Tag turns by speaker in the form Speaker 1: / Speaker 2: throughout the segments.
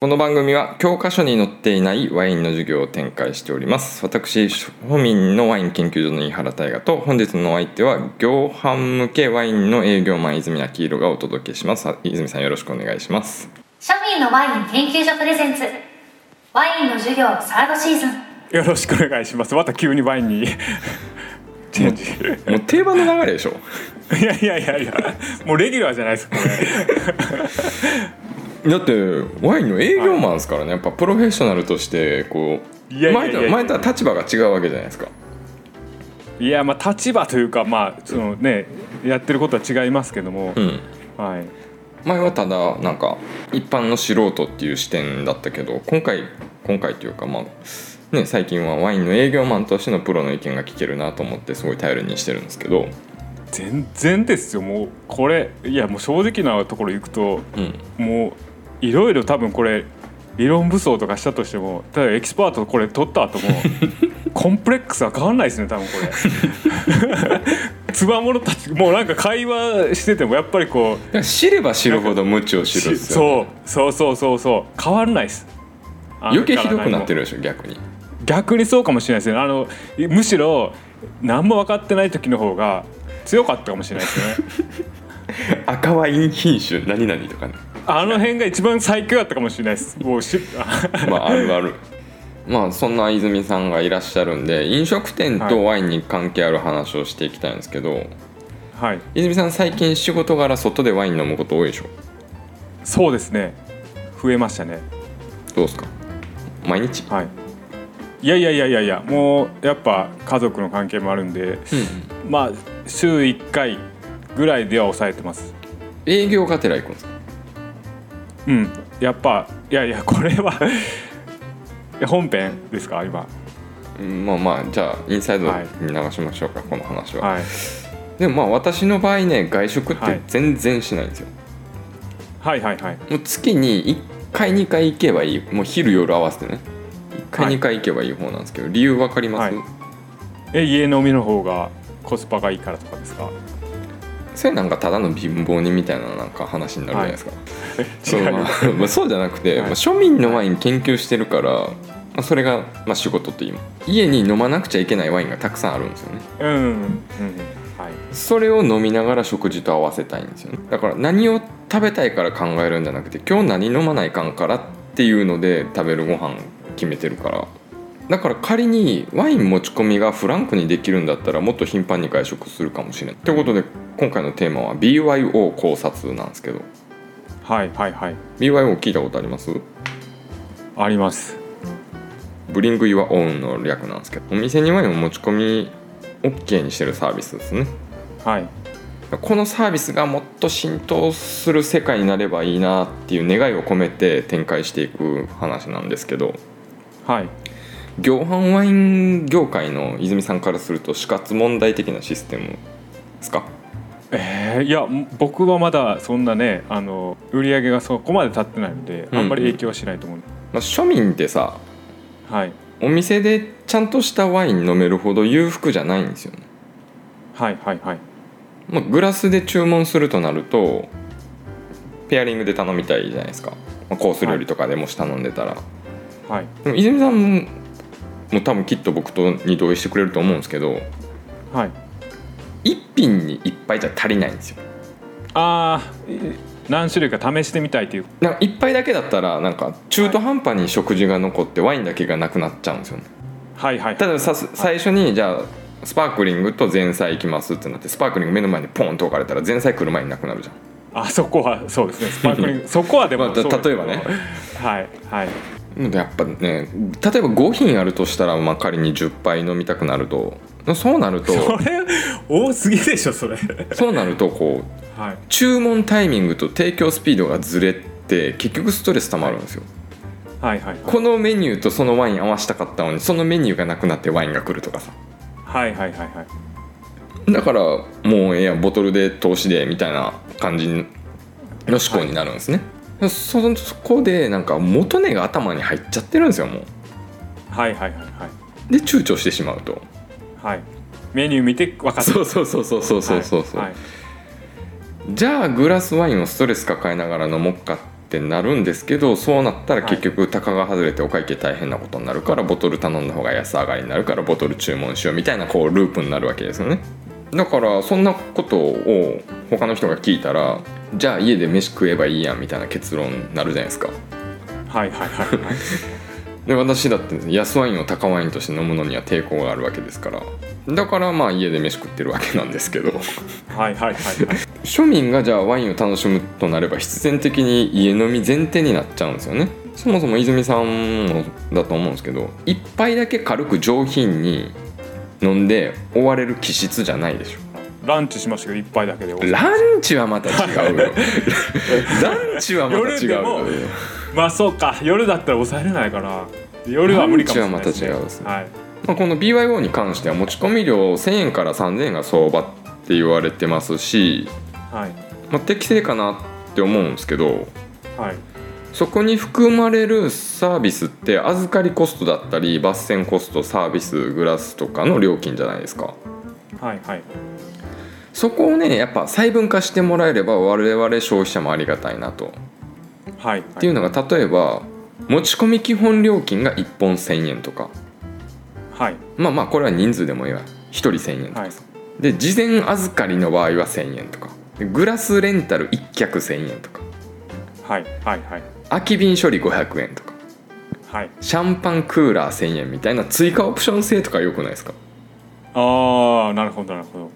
Speaker 1: この番組は教科書に載っていないワインの授業を展開しております私庶民のワイン研究所の飯原大我と本日のお相手は業販向けワインの営業マン泉明宏がお届けしますあ泉さんよろしくお願いします
Speaker 2: 庶民のワイン研究所プレゼンツワインの授業サードシーズン
Speaker 3: よろしくお願いします。また急にワインにチェンジ。
Speaker 1: もう定番の流れでしょ
Speaker 3: いやいやいやいや、もうレギュラーじゃないですか。こ
Speaker 1: だってワインの営業マンですからねやっぱプロフェッショナルとしてこう
Speaker 3: いやいや
Speaker 1: 前
Speaker 3: いやい
Speaker 1: と
Speaker 3: や
Speaker 1: 前とは立場が違うわけじゃないですか
Speaker 3: れいや、まあ立場というか、まあそのね、やってることは違いますけども、
Speaker 1: うん
Speaker 3: はい。
Speaker 1: 前はただなんか一般の素人っていう視点だったけど今回今回というかまあね最近はワインの営業マンとしてのプロの意見が聞けるなと思ってすごい頼りにしてるんですけど、
Speaker 3: 全然ですよ。もうこれ、いやもう正直なところ行くと、
Speaker 1: うん、
Speaker 3: もういろいろ多分これ理論武装とかしたとしても、例えばエキスパートこれ取った 後もコンプレックスは変わんないですね。多分こ れ。つわものたちもうなんか会話しててもやっぱりこう。
Speaker 1: だから知れば知るほど無知を知るっすよね、
Speaker 3: そうそうそうそうそう変わんないですあの
Speaker 1: 余計ひどくなって
Speaker 3: だから
Speaker 1: るでしょ逆に
Speaker 3: 何も逆にそうかもしれないですねあのむしろ何も分かってない時の方が強かったかもしれないです ね
Speaker 1: 赤ワイン品種何々とかね
Speaker 3: あの辺が一番最強だったかもしれないですもうし
Speaker 1: まああるあるまあそんな泉さんがいらっしゃるんで飲食店とワインに関係ある話をしていきたいんですけど、
Speaker 3: はい
Speaker 1: 泉さん最近仕事柄外でワイン飲むこと多いでしょ
Speaker 3: そうですね増えましたね
Speaker 1: どうですか毎日
Speaker 3: はいいやいやいやいやいやもうやっぱ家族の関係もあるんで、まあ週1回ぐらいでは抑えてます
Speaker 1: 営業がてら行くんですか
Speaker 3: うん、やっぱいやいやこれはいや本編ですか今
Speaker 1: うんまあまあじゃあインサイド
Speaker 3: はい
Speaker 1: に流しましょうか、この話は、
Speaker 3: はい
Speaker 1: でもまあ私の場合ね外食っ
Speaker 3: は
Speaker 1: て
Speaker 3: い
Speaker 1: 全然しないんですよ、
Speaker 3: はいはいはい
Speaker 1: もう月に1回2回行けばいいもう昼夜合わせてね1回
Speaker 3: はい
Speaker 1: 2回行けばいい方なんですけど理由わかります、
Speaker 3: はいえ家飲みの方がコスパがいいからとかですか
Speaker 1: それなんかただの貧乏人みたいななんか話になるじゃないですか、そう
Speaker 3: 違い
Speaker 1: ま
Speaker 3: ます
Speaker 1: あまあそうじゃなくて、
Speaker 3: はい
Speaker 1: まあ庶民のワイン研究してるから、まあ、それがまあ仕事と言います家に飲まなくちゃいけないワインがたくさんあるんですよね
Speaker 3: うん、うんはい、
Speaker 1: それを飲みながら食事と合わせたいんですよねだから何を食べたいから考えるんじゃなくて今日何飲まないかんからっていうので食べるご飯決めてるからだから仮にワイン持ち込みがフランクにできるんだったらもっと頻繁に外食するかもしれないということで今回のテーマは BYO 考察なんですけど
Speaker 3: はいはいはい
Speaker 1: BYO 聞いたことあります
Speaker 3: あります
Speaker 1: ブリング・イワ・オンの略なんですけどお店にワインを持ち込み OK にしてるサービスですね
Speaker 3: はい
Speaker 1: このサービスがもっと浸透する世界になればいいなっていう願いを込めて展開していく話なんですけど
Speaker 3: はい
Speaker 1: 業販ワイン業界の泉さんからすると死活問題的なシステムですか
Speaker 3: えーいや僕はまだそんなねあの売り上げがそこまで立ってないので
Speaker 1: うん
Speaker 3: あんまり影響はしないと思う、
Speaker 1: まあ、庶民ってさ
Speaker 3: はい
Speaker 1: お店でちゃんとしたワイン飲めるほど裕福じゃないんですよね、
Speaker 3: はいはいはい
Speaker 1: まあ、グラスで注文するとなるとペアリングで頼みたいじゃないですか、まあ、コース料理とかでもし頼んでたら、
Speaker 3: はい
Speaker 1: でも泉さんも多分きっと僕とに同意してくれると思うんですけど
Speaker 3: はい
Speaker 1: 一品にいっぱいじゃ足りないんですよ
Speaker 3: あーい何種類か試してみたいという
Speaker 1: なんか一杯だけだったらなんか中途半端に食事が残ってワインだけがなくなっちゃうんですよね
Speaker 3: はいはい
Speaker 1: たださ最初にじゃあスパークリングと前菜いきますってなってスパークリング目の前にポンと置かれたら前菜来る前になくなるじゃん
Speaker 3: あそこはそうですねスパーク リングそこはで
Speaker 1: ま
Speaker 3: も
Speaker 1: あ
Speaker 3: そ
Speaker 1: た
Speaker 3: うです
Speaker 1: 例えばね
Speaker 3: はいはい
Speaker 1: でやっぱね例えば5品あるとしたらまあ仮に10杯飲みたくなると そうなると
Speaker 3: これ多すぎでしょそれ
Speaker 1: そうなるとこう
Speaker 3: はい
Speaker 1: 注文タイミングと提供スピードがずれて結局ストレス溜まるんですよ
Speaker 3: はいはい
Speaker 1: このメニューとそのワイン合わせたかったのにそのメニューがなくなってワインが来るとかさ
Speaker 3: はいはいはいはい
Speaker 1: だからもうええやんボトルで投資でみたいな感じの思考になるんですね、そそこでなんか元値が頭に入っちゃってるんですよも
Speaker 3: はいはいはいはいう
Speaker 1: で躊躇してしまうと
Speaker 3: はいメニュー見て分かった
Speaker 1: そうそうそうそうそうそうそうそう、
Speaker 3: はいはい
Speaker 1: じゃあグラスワインをストレス抱えながら飲もうかっってなるんですけどそうなったら
Speaker 3: はい
Speaker 1: 結局高が外れてお会計大変なことになるからボトル頼んだ方が安上がりになるからボトル注文しようみたいなこうループになるわけですよねだからそんなことを他の人が聞いたらじゃあ家で飯食えばいいやんみたいな結論になるじゃないですか
Speaker 3: はいはいはいはい
Speaker 1: で私だって安ワインを高ワインとして飲むのには抵抗があるわけですからだからまあ家で飯食ってるわけなんですけど
Speaker 3: はいはいはいはい
Speaker 1: 庶民がじゃあワインを楽しむとなれば必然的に家飲み前提になっちゃうんですよねそもそも泉さんもだと思うんですけど一杯だけ軽く上品に飲んで終われる気質じゃないでしょ
Speaker 3: ランチしましたけど一杯だけで終わる
Speaker 1: ランチはまた違うよランチはまた違うよ
Speaker 3: 夜でまあそうか夜だったら抑えれないから夜は無理かもしれない
Speaker 1: ランチはまた違うんですね
Speaker 3: はい
Speaker 1: まあ、この BYO に関しては持ち込み料1000円から3000円が相場って言われてますし、
Speaker 3: はい
Speaker 1: まあ、適正かなって思うんですけど
Speaker 3: はい
Speaker 1: そこに含まれるサービスって預かりコストだったり抜線コストサービスグラスとかの料金じゃないですか
Speaker 3: はいはい
Speaker 1: そこをねやっぱ細分化してもらえれば我々消費者もありがたいなと、
Speaker 3: はい
Speaker 1: っていうのが例えば持ち込み基本料金が1本1000円とか
Speaker 3: はい
Speaker 1: まあまあこれは人数でもいいわ1人1000円とか
Speaker 3: はい
Speaker 1: で事前預かりの場合は1,000円とかでグラスレンタル1脚1,000円とか
Speaker 3: はいはいはい
Speaker 1: 空き瓶処理500円とか
Speaker 3: はい
Speaker 1: シャンパンクーラー1,000円みたいな追加オプション制とかよくないですか
Speaker 3: ああなるほどなるほど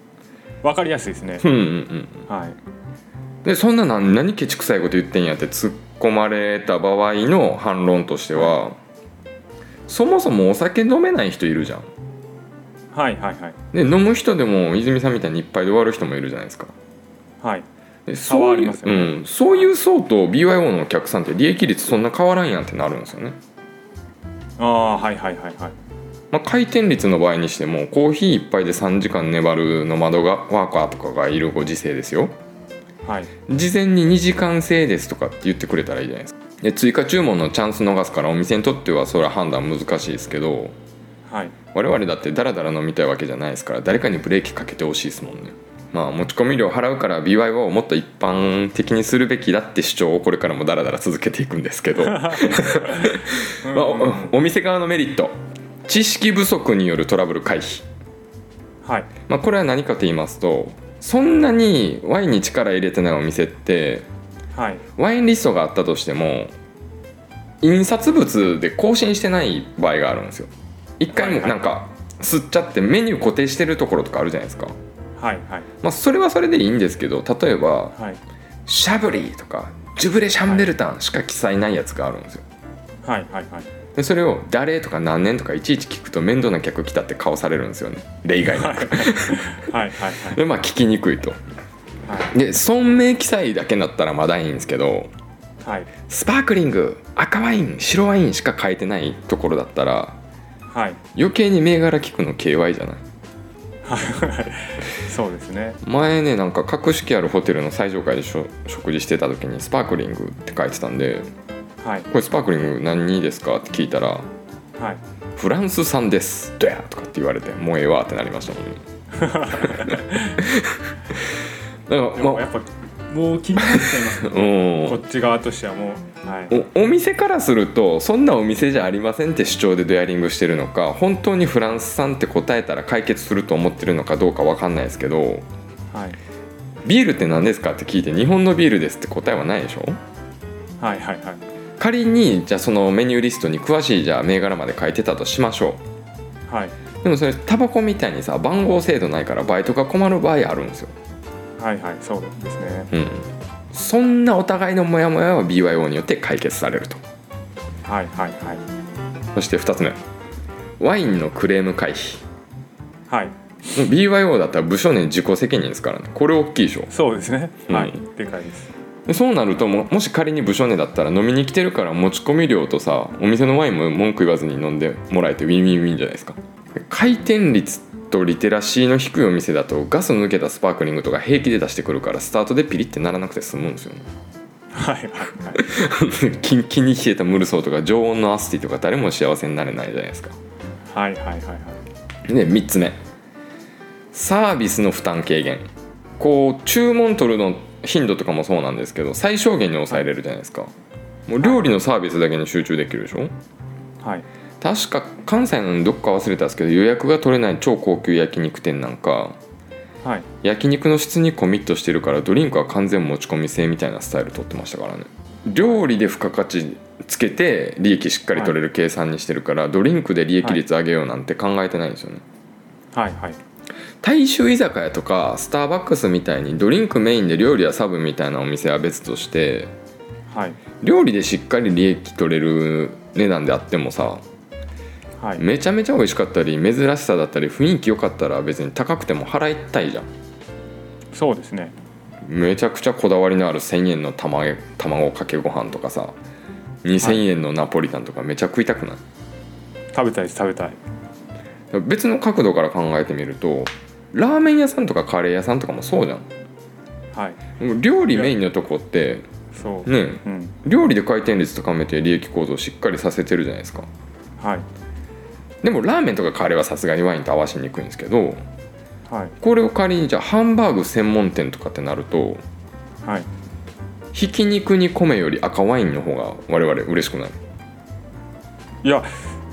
Speaker 3: わかりやすいですね
Speaker 1: うんうんうん
Speaker 3: はい
Speaker 1: でそんな何何ケチくさいこと言ってんやって突っ込まれた場合の反論としてはそもそもお酒飲めない人いるじゃん
Speaker 3: はいはいはい
Speaker 1: で飲む人でも泉さんみたいにいっぱいで終わる人もいるじゃないですか
Speaker 3: はい
Speaker 1: で
Speaker 3: 差は
Speaker 1: そう
Speaker 3: あ
Speaker 1: い
Speaker 3: り
Speaker 1: う、
Speaker 3: ますよね
Speaker 1: うん、そういう層と BYO のお客さんって利益率そんな変わらんやんってなるんですよね
Speaker 3: ああはいはいはいはい
Speaker 1: まあ、回転率の場合にしてもコーヒー一杯で3時間粘るの窓がワーカーとかがいるご時世ですよ
Speaker 3: はい
Speaker 1: 事前に2時間制ですとかって言ってくれたらいいじゃないですかで追加注文のチャンス逃すからお店にとってはそれは判断難しいですけど
Speaker 3: はい
Speaker 1: 我々だってダラダラ飲みたいわけじゃないですから誰かにブレーキかけてほしいですもんねまあ持ち込み料払うから BYO をもっと一般的にするべきだって主張をこれからもダラダラ続けていくんですけど
Speaker 3: うん
Speaker 1: まあおお店側のメリット知識不足によるトラブル回避、
Speaker 3: はい
Speaker 1: まあ、これは何かと言いますとそんなにワインに力入れてないお店って
Speaker 3: はい
Speaker 1: ワインリストがあったとしても印刷物で更新してない場合があるんですよ一回もなんか吸っちゃってメニュー固定してるところとかあるじゃないですか、
Speaker 3: はいはい
Speaker 1: まあ、それはそれでいいんですけど例えば
Speaker 3: はい
Speaker 1: シャブリーとかジュブレシャンベルタンしか記載ないやつがあるんですよ
Speaker 3: はいはいはい
Speaker 1: でそれを誰とか何年とかいちいち聞くと面倒な客来たって顔されるんですよね例外なく
Speaker 3: はいはいはい
Speaker 1: でまあ聞きにくいと
Speaker 3: は
Speaker 1: で損名記載だけだったらまだいいんですけど
Speaker 3: い
Speaker 1: スパークリング赤ワイン白ワインしか書いてないところだったら
Speaker 3: はい
Speaker 1: 余計に銘柄聞くの KY じゃない
Speaker 3: そうですね
Speaker 1: 前ねなんか格式あるホテルの最上階でしょ食事してた時にスパークリングって書いてたんで
Speaker 3: はい
Speaker 1: これスパークリング何ですかって聞いたら
Speaker 3: はい
Speaker 1: フランス産ですどやとかって言われてもうええわってなりましたも んね だか
Speaker 3: で
Speaker 1: ら
Speaker 3: も
Speaker 1: ま
Speaker 3: やっ
Speaker 1: あ
Speaker 3: ぱもう気になっちゃいますね
Speaker 1: うん
Speaker 3: こっち側としてはもうはい
Speaker 1: おお店からするとそんなお店じゃありませんって主張でドヤリングしてるのか本当にフランス産って答えたら解決すると思ってるのかどうかわかんないですけど
Speaker 3: はい
Speaker 1: ビールって何ですかって聞いて日本のビールですって答えはないでしょ
Speaker 3: はいはいはい
Speaker 1: 仮にじゃあそのメニューリストに詳しいじゃあ銘柄まで書いてたとしましょ
Speaker 3: はいう
Speaker 1: でもそれタバコみたいにさ番号制度ないからバイトが困る場合あるんですよ
Speaker 3: はいはいそうですね
Speaker 1: うんそんなお互いのモヤモヤは BYO によって解決されると
Speaker 3: はいはいはい
Speaker 1: そして2つ目ワインのクレーム回避
Speaker 3: はい
Speaker 1: もう BYO だったら部署年自己責任ですからねこれ大きいでしょ
Speaker 3: そうですねはい、
Speaker 1: うん
Speaker 3: でかいです
Speaker 1: でそうなるとももし仮に部署年だったら飲みに来てるから持ち込み料とさお店のワインも文句言わずに飲んでもらえてウィンウィンウィンじゃないですかで回転率とリテラシーの低いお店だとガス抜けたスパークリングとか平気で出してくるからスタートでピリってならなくて済むんですよね
Speaker 3: はいはいはい
Speaker 1: キンキンに冷えたムルソーとか常温のアスティとか誰も幸せになれないじゃないですか
Speaker 3: はいはいはいはい
Speaker 1: で3つ目サービスの負担軽減こう注文取るの頻度とかもそうなんですけど最小限に抑えれるじゃないですかもう料理のサービスだけに集中できるでしょ
Speaker 3: はい
Speaker 1: 確か関西のどっか忘れたんですけど予約が取れない超高級焼肉店なんか
Speaker 3: はい
Speaker 1: 焼肉の質にコミットしてるからドリンクは完全持ち込み制みたいなスタイル取ってましたからね料理で付加価値つけて利益しっかり取れる計算にしてるから、ドリンクで利益率上げようなんて考えてないんですよね、
Speaker 3: はいはい
Speaker 1: 大衆居酒屋とかスターバックスみたいにドリンクメインで料理はサブみたいなお店は別として
Speaker 3: はい
Speaker 1: 料理でしっかり利益取れる値段であってもさ
Speaker 3: はい
Speaker 1: めちゃめちゃ美味しかったり珍しさだったり雰囲気良かったら別に高くても払いたいじゃん
Speaker 3: そうですね
Speaker 1: めちゃくちゃこだわりのある1,000円の卵卵かけご飯とかさ2,000円のナポリタンとかめちゃ食いたくない、
Speaker 3: 食べたいです食べたい
Speaker 1: 別の角度から考えてみるとラーメン屋さんとかカレー屋さんとかもそうじゃん
Speaker 3: はい
Speaker 1: もう料理メインのとこって
Speaker 3: そう、
Speaker 1: ね
Speaker 3: うん
Speaker 1: 料理で回転率高めて利益構造をしっかりさせてるじゃないですか
Speaker 3: はい
Speaker 1: でもラーメンとかカレーはさすがにワインと合わしにくいんですけど
Speaker 3: はい
Speaker 1: これを仮にじゃあハンバーグ専門店とかってなると
Speaker 3: はい
Speaker 1: ひき肉に米より赤ワインの方が我々嬉しくない
Speaker 3: いや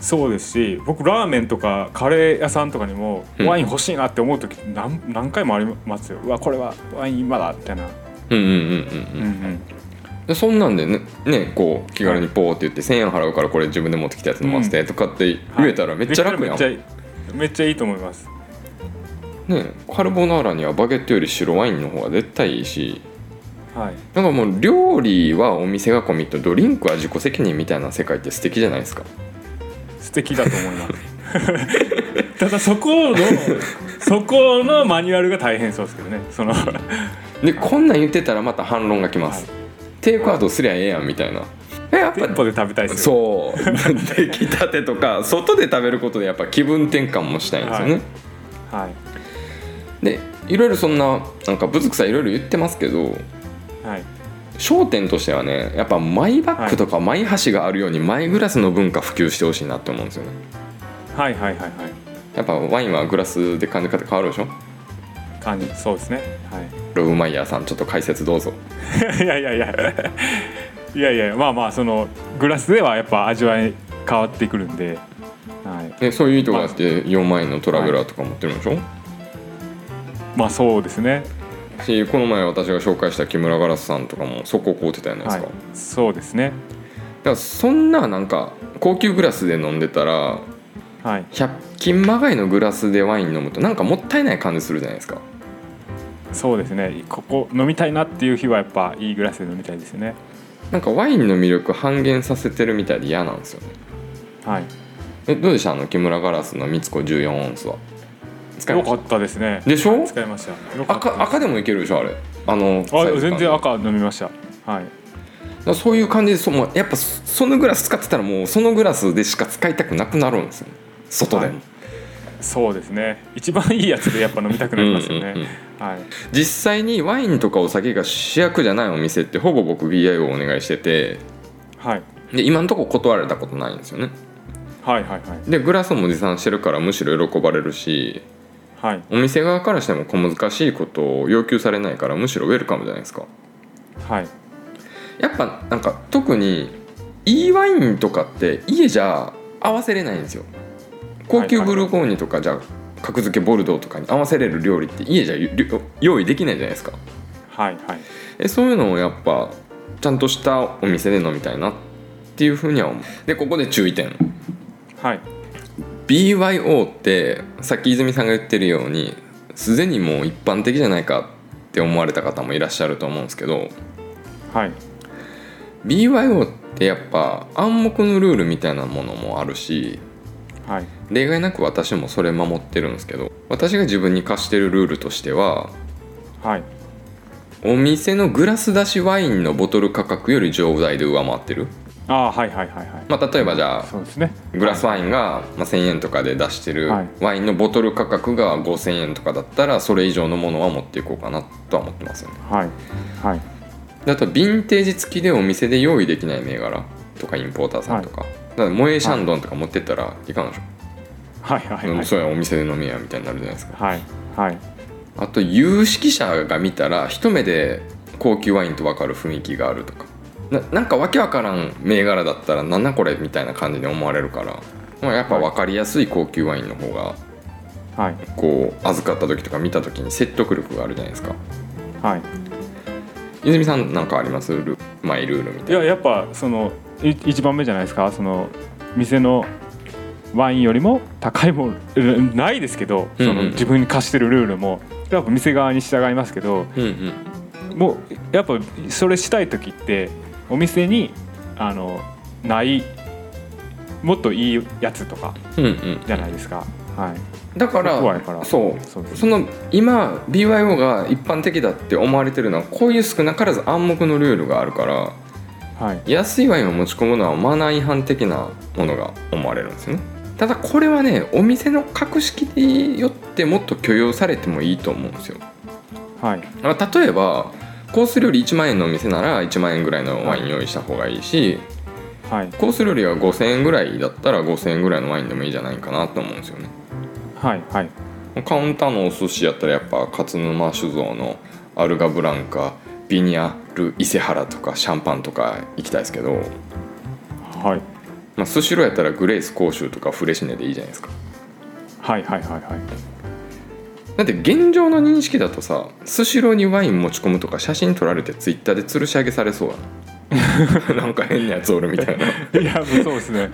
Speaker 3: そうですし僕ラーメンとかカレー屋さんとかにも
Speaker 1: うん
Speaker 3: ワイン欲しいなって思う時何何回もありますようわこれはワイン今だみたいな、
Speaker 1: うんうんうんうんうん
Speaker 3: うんうん、
Speaker 1: でそんなんでねねこう気軽にポーって言って1,000円払うからこれ自分で持ってきたやつ飲ませてとかって言えたらめっちゃ楽やん、
Speaker 3: めっちゃいいめっちゃいいと思います
Speaker 1: ね、カルボナーラにはバゲットより白ワインの方が絶対いいし
Speaker 3: はい
Speaker 1: なんかもう料理はお店がコミットドリンクは自己責任みたいな世界って素敵じゃないですか
Speaker 3: 素敵だと思いま すただそこのそこのマニュアルが大変そうですけどねその
Speaker 1: でこんなん言ってたらまた反論が来ます、
Speaker 3: は
Speaker 1: テイクアウトすりゃええやんみたいなえやっぱ
Speaker 3: 店舗で食べたいですよ
Speaker 1: そう 出来たてとか外で食べることでやっぱ気分転換もしたいんですよね、
Speaker 3: はいはい
Speaker 1: でいろいろそんななんかぶつくさいろいろ言ってますけど
Speaker 3: はい
Speaker 1: 商店としてはねやっぱマイバッグとかマイ箸があるようにマイグラスの文化普及してほしいなって思うんですよね
Speaker 3: はいはいはいはい
Speaker 1: やっぱワインはグラスで感じ方変わるでしょ
Speaker 3: 感じそうですねはい
Speaker 1: ロブマイヤーさんちょっと解説どうぞ
Speaker 3: いやいやいやいやいやまあまあそのグラスではやっぱ味わい変わってくるんで、はい、
Speaker 1: でそういう意図があって4万円のトラベラーとか持ってるんでしょ、
Speaker 3: まあそうですね
Speaker 1: しこの前私が紹介した木村ガラスさんとかもそこを買うてたじゃないです
Speaker 3: は
Speaker 1: か、
Speaker 3: いそうですね
Speaker 1: だからそんななんか高級グラスで飲んでたら
Speaker 3: はい
Speaker 1: 100均まがいのグラスでワイン飲むとなんかもったいない感じするじゃないですか
Speaker 3: そうですねここ飲みたいなっていう日はやっぱいいグラスで飲みたいですよね
Speaker 1: なんかワインの魅力半減させてるみたいで嫌なんですよね
Speaker 3: はい
Speaker 1: えどうでしたあの木村ガラスの三つ子14オンスは使い
Speaker 3: よ
Speaker 1: まし
Speaker 3: かったですね
Speaker 1: でしょ
Speaker 3: はい使いましたよ
Speaker 1: た
Speaker 3: かった
Speaker 1: 赤赤でもいけるでしょあれあのサイズ
Speaker 3: あ
Speaker 1: 感
Speaker 3: 全然
Speaker 1: だか
Speaker 3: 赤飲みましたはい
Speaker 1: らそういう感じでそもうやっぱそそのグラス使ってたらもうそのグラスでしか使いたくなくなるんですよね外でも、
Speaker 3: はいそうですね一番いいやつでやっぱ飲みたくなりますよね
Speaker 1: うんうんうん
Speaker 3: はい
Speaker 1: 実際にワインとかお酒が主役じゃないお店ってほぼ僕 BIO をお願いしてて
Speaker 3: はい
Speaker 1: で今のところ断られたことないんですよね
Speaker 3: はいはい
Speaker 1: でグラスも持参してるからむしろ喜ばれるし
Speaker 3: はいはい
Speaker 1: お店側からしても小難しいことを要求されないからむしろウェルカムじゃないですか
Speaker 3: はい
Speaker 1: やっぱなんか特にいいワインとかって家じゃ合わせれないんですよ高級ブルゴーニュとかじゃ格付けボルドーとかに合わせれる料理って家じゃゆ料用意できないじゃないですか
Speaker 3: はいはい
Speaker 1: えそういうのをやっぱちゃんとしたお店で飲みたいなっていうふうには思うでここで注意点
Speaker 3: はい
Speaker 1: BYO ってさっき泉さんが言ってるようにすでにもう一般的じゃないかって思われた方もいらっしゃると思うんですけど
Speaker 3: はい
Speaker 1: BYO ってやっぱ暗黙のルールみたいなものもあるし
Speaker 3: はい
Speaker 1: 例外なく私もそれ守ってるんですけど私が自分に課してるルールとしては
Speaker 3: はい
Speaker 1: お店のグラス出しワインのボトル価格より上代で上回ってる、
Speaker 3: ああはいはいはいはい、
Speaker 1: まあ、例えばじゃあ
Speaker 3: そうですね
Speaker 1: グラスワインがまあ1,000円とかで出してる
Speaker 3: はい
Speaker 1: ワインのボトル価格が5,000円とかだったらそれ以上のものは持っていこうかなとは思ってますよね
Speaker 3: はいはい
Speaker 1: であとヴィンテージ付きでお店で用意できない銘柄とかインポーターさんとか、だからモエシャンドンとか持ってったらいかんでしょ、
Speaker 3: はいはい
Speaker 1: うん
Speaker 3: はい
Speaker 1: そうやお店で飲みやみたいになるじゃないですか
Speaker 3: はいはい
Speaker 1: あと有識者が見たら一目で高級ワインと分かる雰囲気があるとかななんかわけわからん銘柄だったらなんなんこれみたいな感じに思われるから、まあ、やっぱ分かりやすい高級ワインの方が
Speaker 3: はい
Speaker 1: こう預かった時とか見た時に説得力があるじゃないですか
Speaker 3: はい
Speaker 1: 泉さんなんかありますルマイルールみた
Speaker 3: い
Speaker 1: いな
Speaker 3: ややっぱそのい一番目じゃないですかその店のワインよりも高いものないですけどそ
Speaker 1: うんう
Speaker 3: の
Speaker 1: ん
Speaker 3: 自分に課してるルールもやっぱ店側に従いますけど
Speaker 1: うんうん
Speaker 3: もうやっぱそれしたい時ってお店にあのないもっといいやつとか
Speaker 1: うんうん
Speaker 3: じゃないですか。はい、
Speaker 1: だから
Speaker 3: 僕はだから
Speaker 1: そう
Speaker 3: そうです
Speaker 1: その今 BYO が一般的だって思われてるのはこういう少なからず暗黙のルールがあるから
Speaker 3: はい
Speaker 1: 安いワインを持ち込むのはマナー違反的なものが思われるんですよねただこれはねお店の格式によってもっと許容されてもいいと思うんですよ
Speaker 3: はい
Speaker 1: だから例えばコース料理1万円のお店なら1万円ぐらいのワイン用意した方がいいし
Speaker 3: はい
Speaker 1: コース料理が5000円ぐらいだったら5000円ぐらいのワインでもいいじゃないかなと思うんですよね
Speaker 3: はいはい
Speaker 1: カウンターのお寿司やったらやっぱ勝沼酒造のアルガブランカビニャル伊勢原とかシャンパンとか行きたいですけど、
Speaker 3: はい
Speaker 1: まあ、スシローやったらグレース甲州とかフレシネでいいじゃないですか
Speaker 3: はいはいはいはい
Speaker 1: だって現状の認識だとさスシローにワイン持ち込むとか写真撮られてツイッターで吊るし上げされそうだな なんか変なやつおるみたいない
Speaker 3: やもうそうですね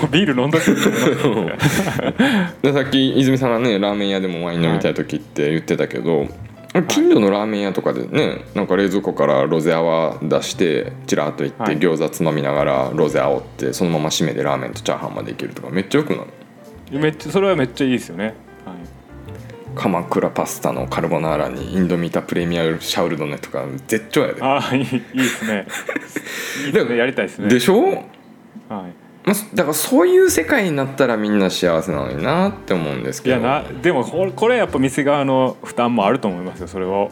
Speaker 3: もうビール飲んだっすね
Speaker 1: でさっき泉さんがねラーメン屋でもワイン飲みたい時って言ってたけど、近所のラーメン屋とかでねなんか冷蔵庫からロゼ泡出してチラーっと行って、
Speaker 3: はい
Speaker 1: 餃子つまみながらロゼ青ってそのまま締めでラーメンとチャーハンまでいけるとかめっちゃよくなる
Speaker 3: めっちゃそれはめっちゃいいですよね、はい、
Speaker 1: 鎌倉パスタのカルボナーラにインドミタプレミアムシャウルドネとか絶頂やで
Speaker 3: ああいいいいですねいいですねやりたいですね
Speaker 1: でしょ、
Speaker 3: は
Speaker 1: まあだからそういう世界になったらみんな幸せなのになって思うんです
Speaker 3: い、い
Speaker 1: けど
Speaker 3: やなでもこれこれやっぱ店側の負担もあると思いますよそれを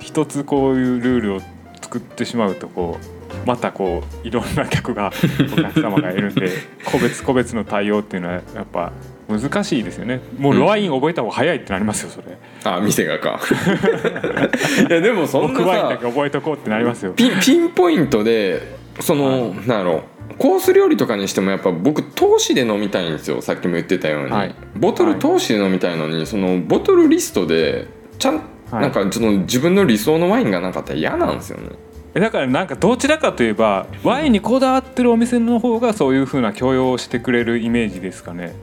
Speaker 3: ひ一つこういうルールを作ってしまうとこうまたこういろんな客がお客様がいるんで個別個別の対応っていうのはやっぱ難しいですよねもうワイン覚えた方が早いってなりますよそれ
Speaker 1: あ店がか いやでもそんな
Speaker 3: 僕
Speaker 1: さ
Speaker 3: ワインだけ覚えとこうってなりますよ
Speaker 1: ピンピンポイントでその、なんやろコース料理とかにしてもやっぱ僕投資で飲みたいんですよさっきも言ってたように、
Speaker 3: はい
Speaker 1: ボトル投資で飲みたいのにそのボトルリストでちゃん、
Speaker 3: はい
Speaker 1: なんかその自分の理想のワインがなかったら嫌なんですよね
Speaker 3: えだからなんかどちらかといえばワインにこだわってるお店の方がそういう風な許容をしてくれるイメージですかね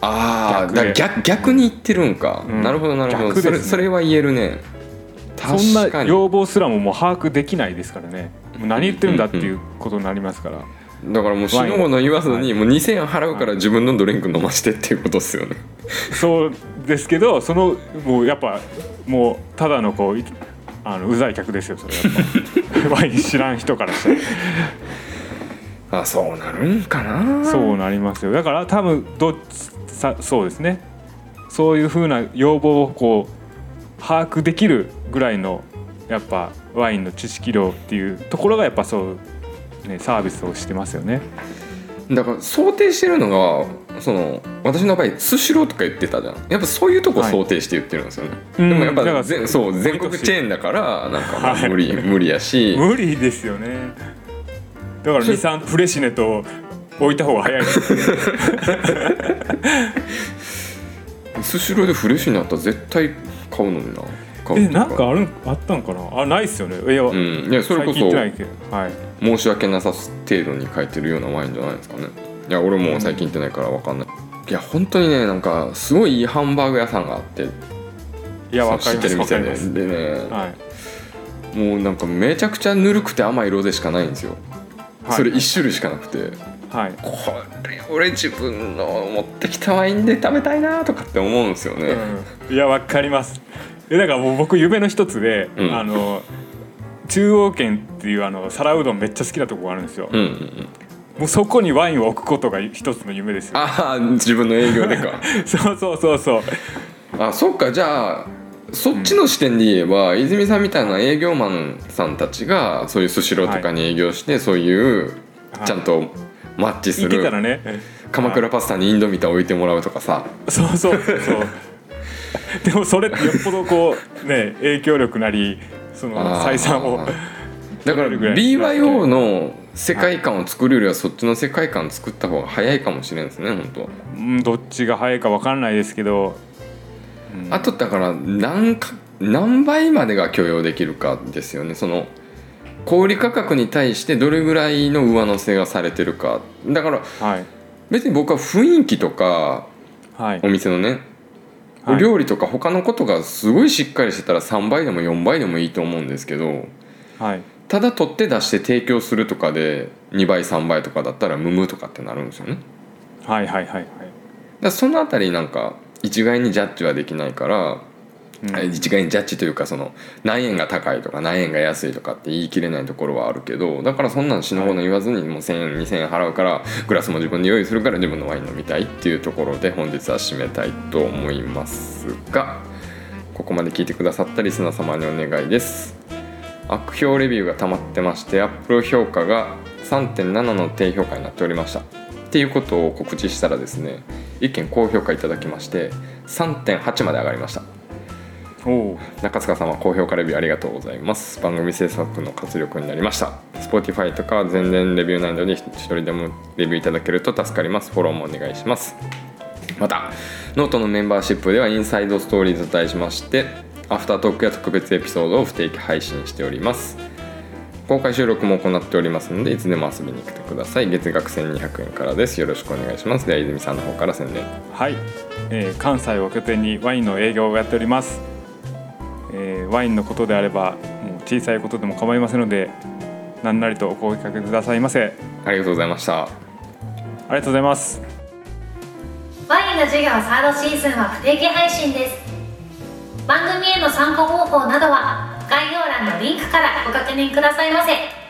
Speaker 1: ああ
Speaker 3: 逆で
Speaker 1: 逆逆逆に言ってるんか、
Speaker 3: うん
Speaker 1: なるほどなるほど、そ
Speaker 3: 逆です
Speaker 1: れ
Speaker 3: ね
Speaker 1: それは言えるね
Speaker 3: そんな
Speaker 1: 確かに
Speaker 3: 要望すらももう把握できないですからねもう何言ってるんだっていうことになりますから、
Speaker 1: だからもう死ぬもの言わずに、もう2,000円払うから自分のドリンク飲ましてっていうことですよね
Speaker 3: そうですけどそのもうやっぱもうただのこういあのうざい客ですよそれ やっぱワイン知らん人からしたら
Speaker 1: あそうなるんかな
Speaker 3: そうなりますよだから多分どっさそうですねそういうふうな要望をこう把握できるぐらいのやっぱワインの知識量っていうところがやっぱそう、ね、サービスをしてますよね。
Speaker 1: だから想定してるのがその私の場合スシローとか言ってたじゃんやっぱそういうとこ
Speaker 3: はい
Speaker 1: 想定して言ってるんですよね、
Speaker 3: うん
Speaker 1: でもやっ
Speaker 3: だか
Speaker 1: ぱ
Speaker 3: ら
Speaker 1: 全そう全国チェーンだからなんかまあ
Speaker 3: はい
Speaker 1: 無 理無理やし
Speaker 3: 無理ですよねだから
Speaker 1: それ
Speaker 3: 23フレシネと置いた方が早いですね
Speaker 1: スシローでフレッシュになったら絶対買うのにな買う
Speaker 3: え
Speaker 1: っていう
Speaker 3: なんかあるんあったんかなあないっすよねいや、
Speaker 1: うん、いやそれこ
Speaker 3: 最近行
Speaker 1: そ
Speaker 3: ってないけどはい
Speaker 1: 申し訳なさ程度に書いてるようなワインじゃないですかねいや俺も最近行ってないから分かんない、いや本当にねなんかすごいいいハンバーグ屋さんがあって
Speaker 3: いやわか
Speaker 1: 知っ
Speaker 3: りま
Speaker 1: て
Speaker 3: す
Speaker 1: る
Speaker 3: わか
Speaker 1: 店
Speaker 3: り
Speaker 1: で
Speaker 3: ます
Speaker 1: でね、
Speaker 3: はい
Speaker 1: もうなんかめちゃくちゃぬるくて甘い色でしかないんですよ、
Speaker 3: はい
Speaker 1: それ1種類しかなくて
Speaker 3: はい
Speaker 1: これ俺自分の持ってきたワインで食べたいなとかって思うんですよね、
Speaker 3: いやわかりますえだからもう僕夢の一つで、
Speaker 1: うん
Speaker 3: あの中央圏っていうあの皿うどんめっちゃ好きなとこがあるんですよ、
Speaker 1: うんうんうん、
Speaker 3: もうそこにワインを置くことが一つの夢ですよ
Speaker 1: ああ自分の営業でか
Speaker 3: そうそうそうそう
Speaker 1: あそっかじゃあそっちの視点で言えば、泉さんみたいな営業マンさんたちがそういうスシローとかに営業して、そういう
Speaker 3: はい
Speaker 1: ちゃんとマッチす
Speaker 3: 行けたら
Speaker 1: る
Speaker 3: ね
Speaker 1: 鎌倉パスタにインドミタ置いてもらうとかさ
Speaker 3: そう そうそうでもそれってよっぽどこうね影響力なりその
Speaker 1: あー
Speaker 3: 採算を
Speaker 1: だから
Speaker 3: 取れるぐらいの
Speaker 1: BYO の世界観を作るよりはそっちの世界観作った方が早いかもしれんですね本当は
Speaker 3: うんどっちが早いか分かんないですけど、うん
Speaker 1: あとだから何か何倍までが許容できるかですよねその小売価格に対してどれぐらいの上乗せがされてるかだから
Speaker 3: はい
Speaker 1: 別に僕は雰囲気とか
Speaker 3: はい
Speaker 1: お店のね、
Speaker 3: はい
Speaker 1: お料理とか他のことがすごいしっかりしてたら3倍でも4倍でもいいと思うんですけど
Speaker 3: はい
Speaker 1: ただ取って出して提供するとかで2倍3倍とかだったらムムとかってなるんですよねだか
Speaker 3: はいはいはいはい
Speaker 1: らそのあたりなんか一概にジャッジはできないから
Speaker 3: うん
Speaker 1: はい一概にジャッジというかその何円が高いとか何円が安いとかって言い切れないところはあるけどだからそんなん死ぬほど言わずにもう1,000円2,000円払うからグラスも自分で用意するから自分のワイン飲みたいっていうところで本日は締めたいと思いますがここまで聞いてくださったリスナー様にお願いです悪評レビューが溜まってましてアップル評価が3.7の低評価になっておりましたっていうことを告知したらですね一件高評価いただきまして3.8まで上がりました
Speaker 3: おう
Speaker 1: 中塚様高評価レビューありがとうございます番組制作の活力になりました Spotify とか全然レビューないので一人でもレビューいただけると助かりますフォローもお願いしますまたノートのメンバーシップではインサイドストーリーズと題しましてアフタートークや特別エピソードを不定期配信しております公開収録も行っておりますのでいつでも遊びに来てください月額1200円からですよろしくお願いしますでは泉さんの方から宣伝
Speaker 3: はい、えー関西を拠点にワインの営業をやっております、えーワインのことであればもう小さいことでも構いませんので何なりとお声かけくださいませあり
Speaker 1: ありがとうございました
Speaker 3: がとうございます
Speaker 2: ワインの授業サードシーズンは不定期配信です番組への参加方法などは概要欄のリンクからご確認くださいませ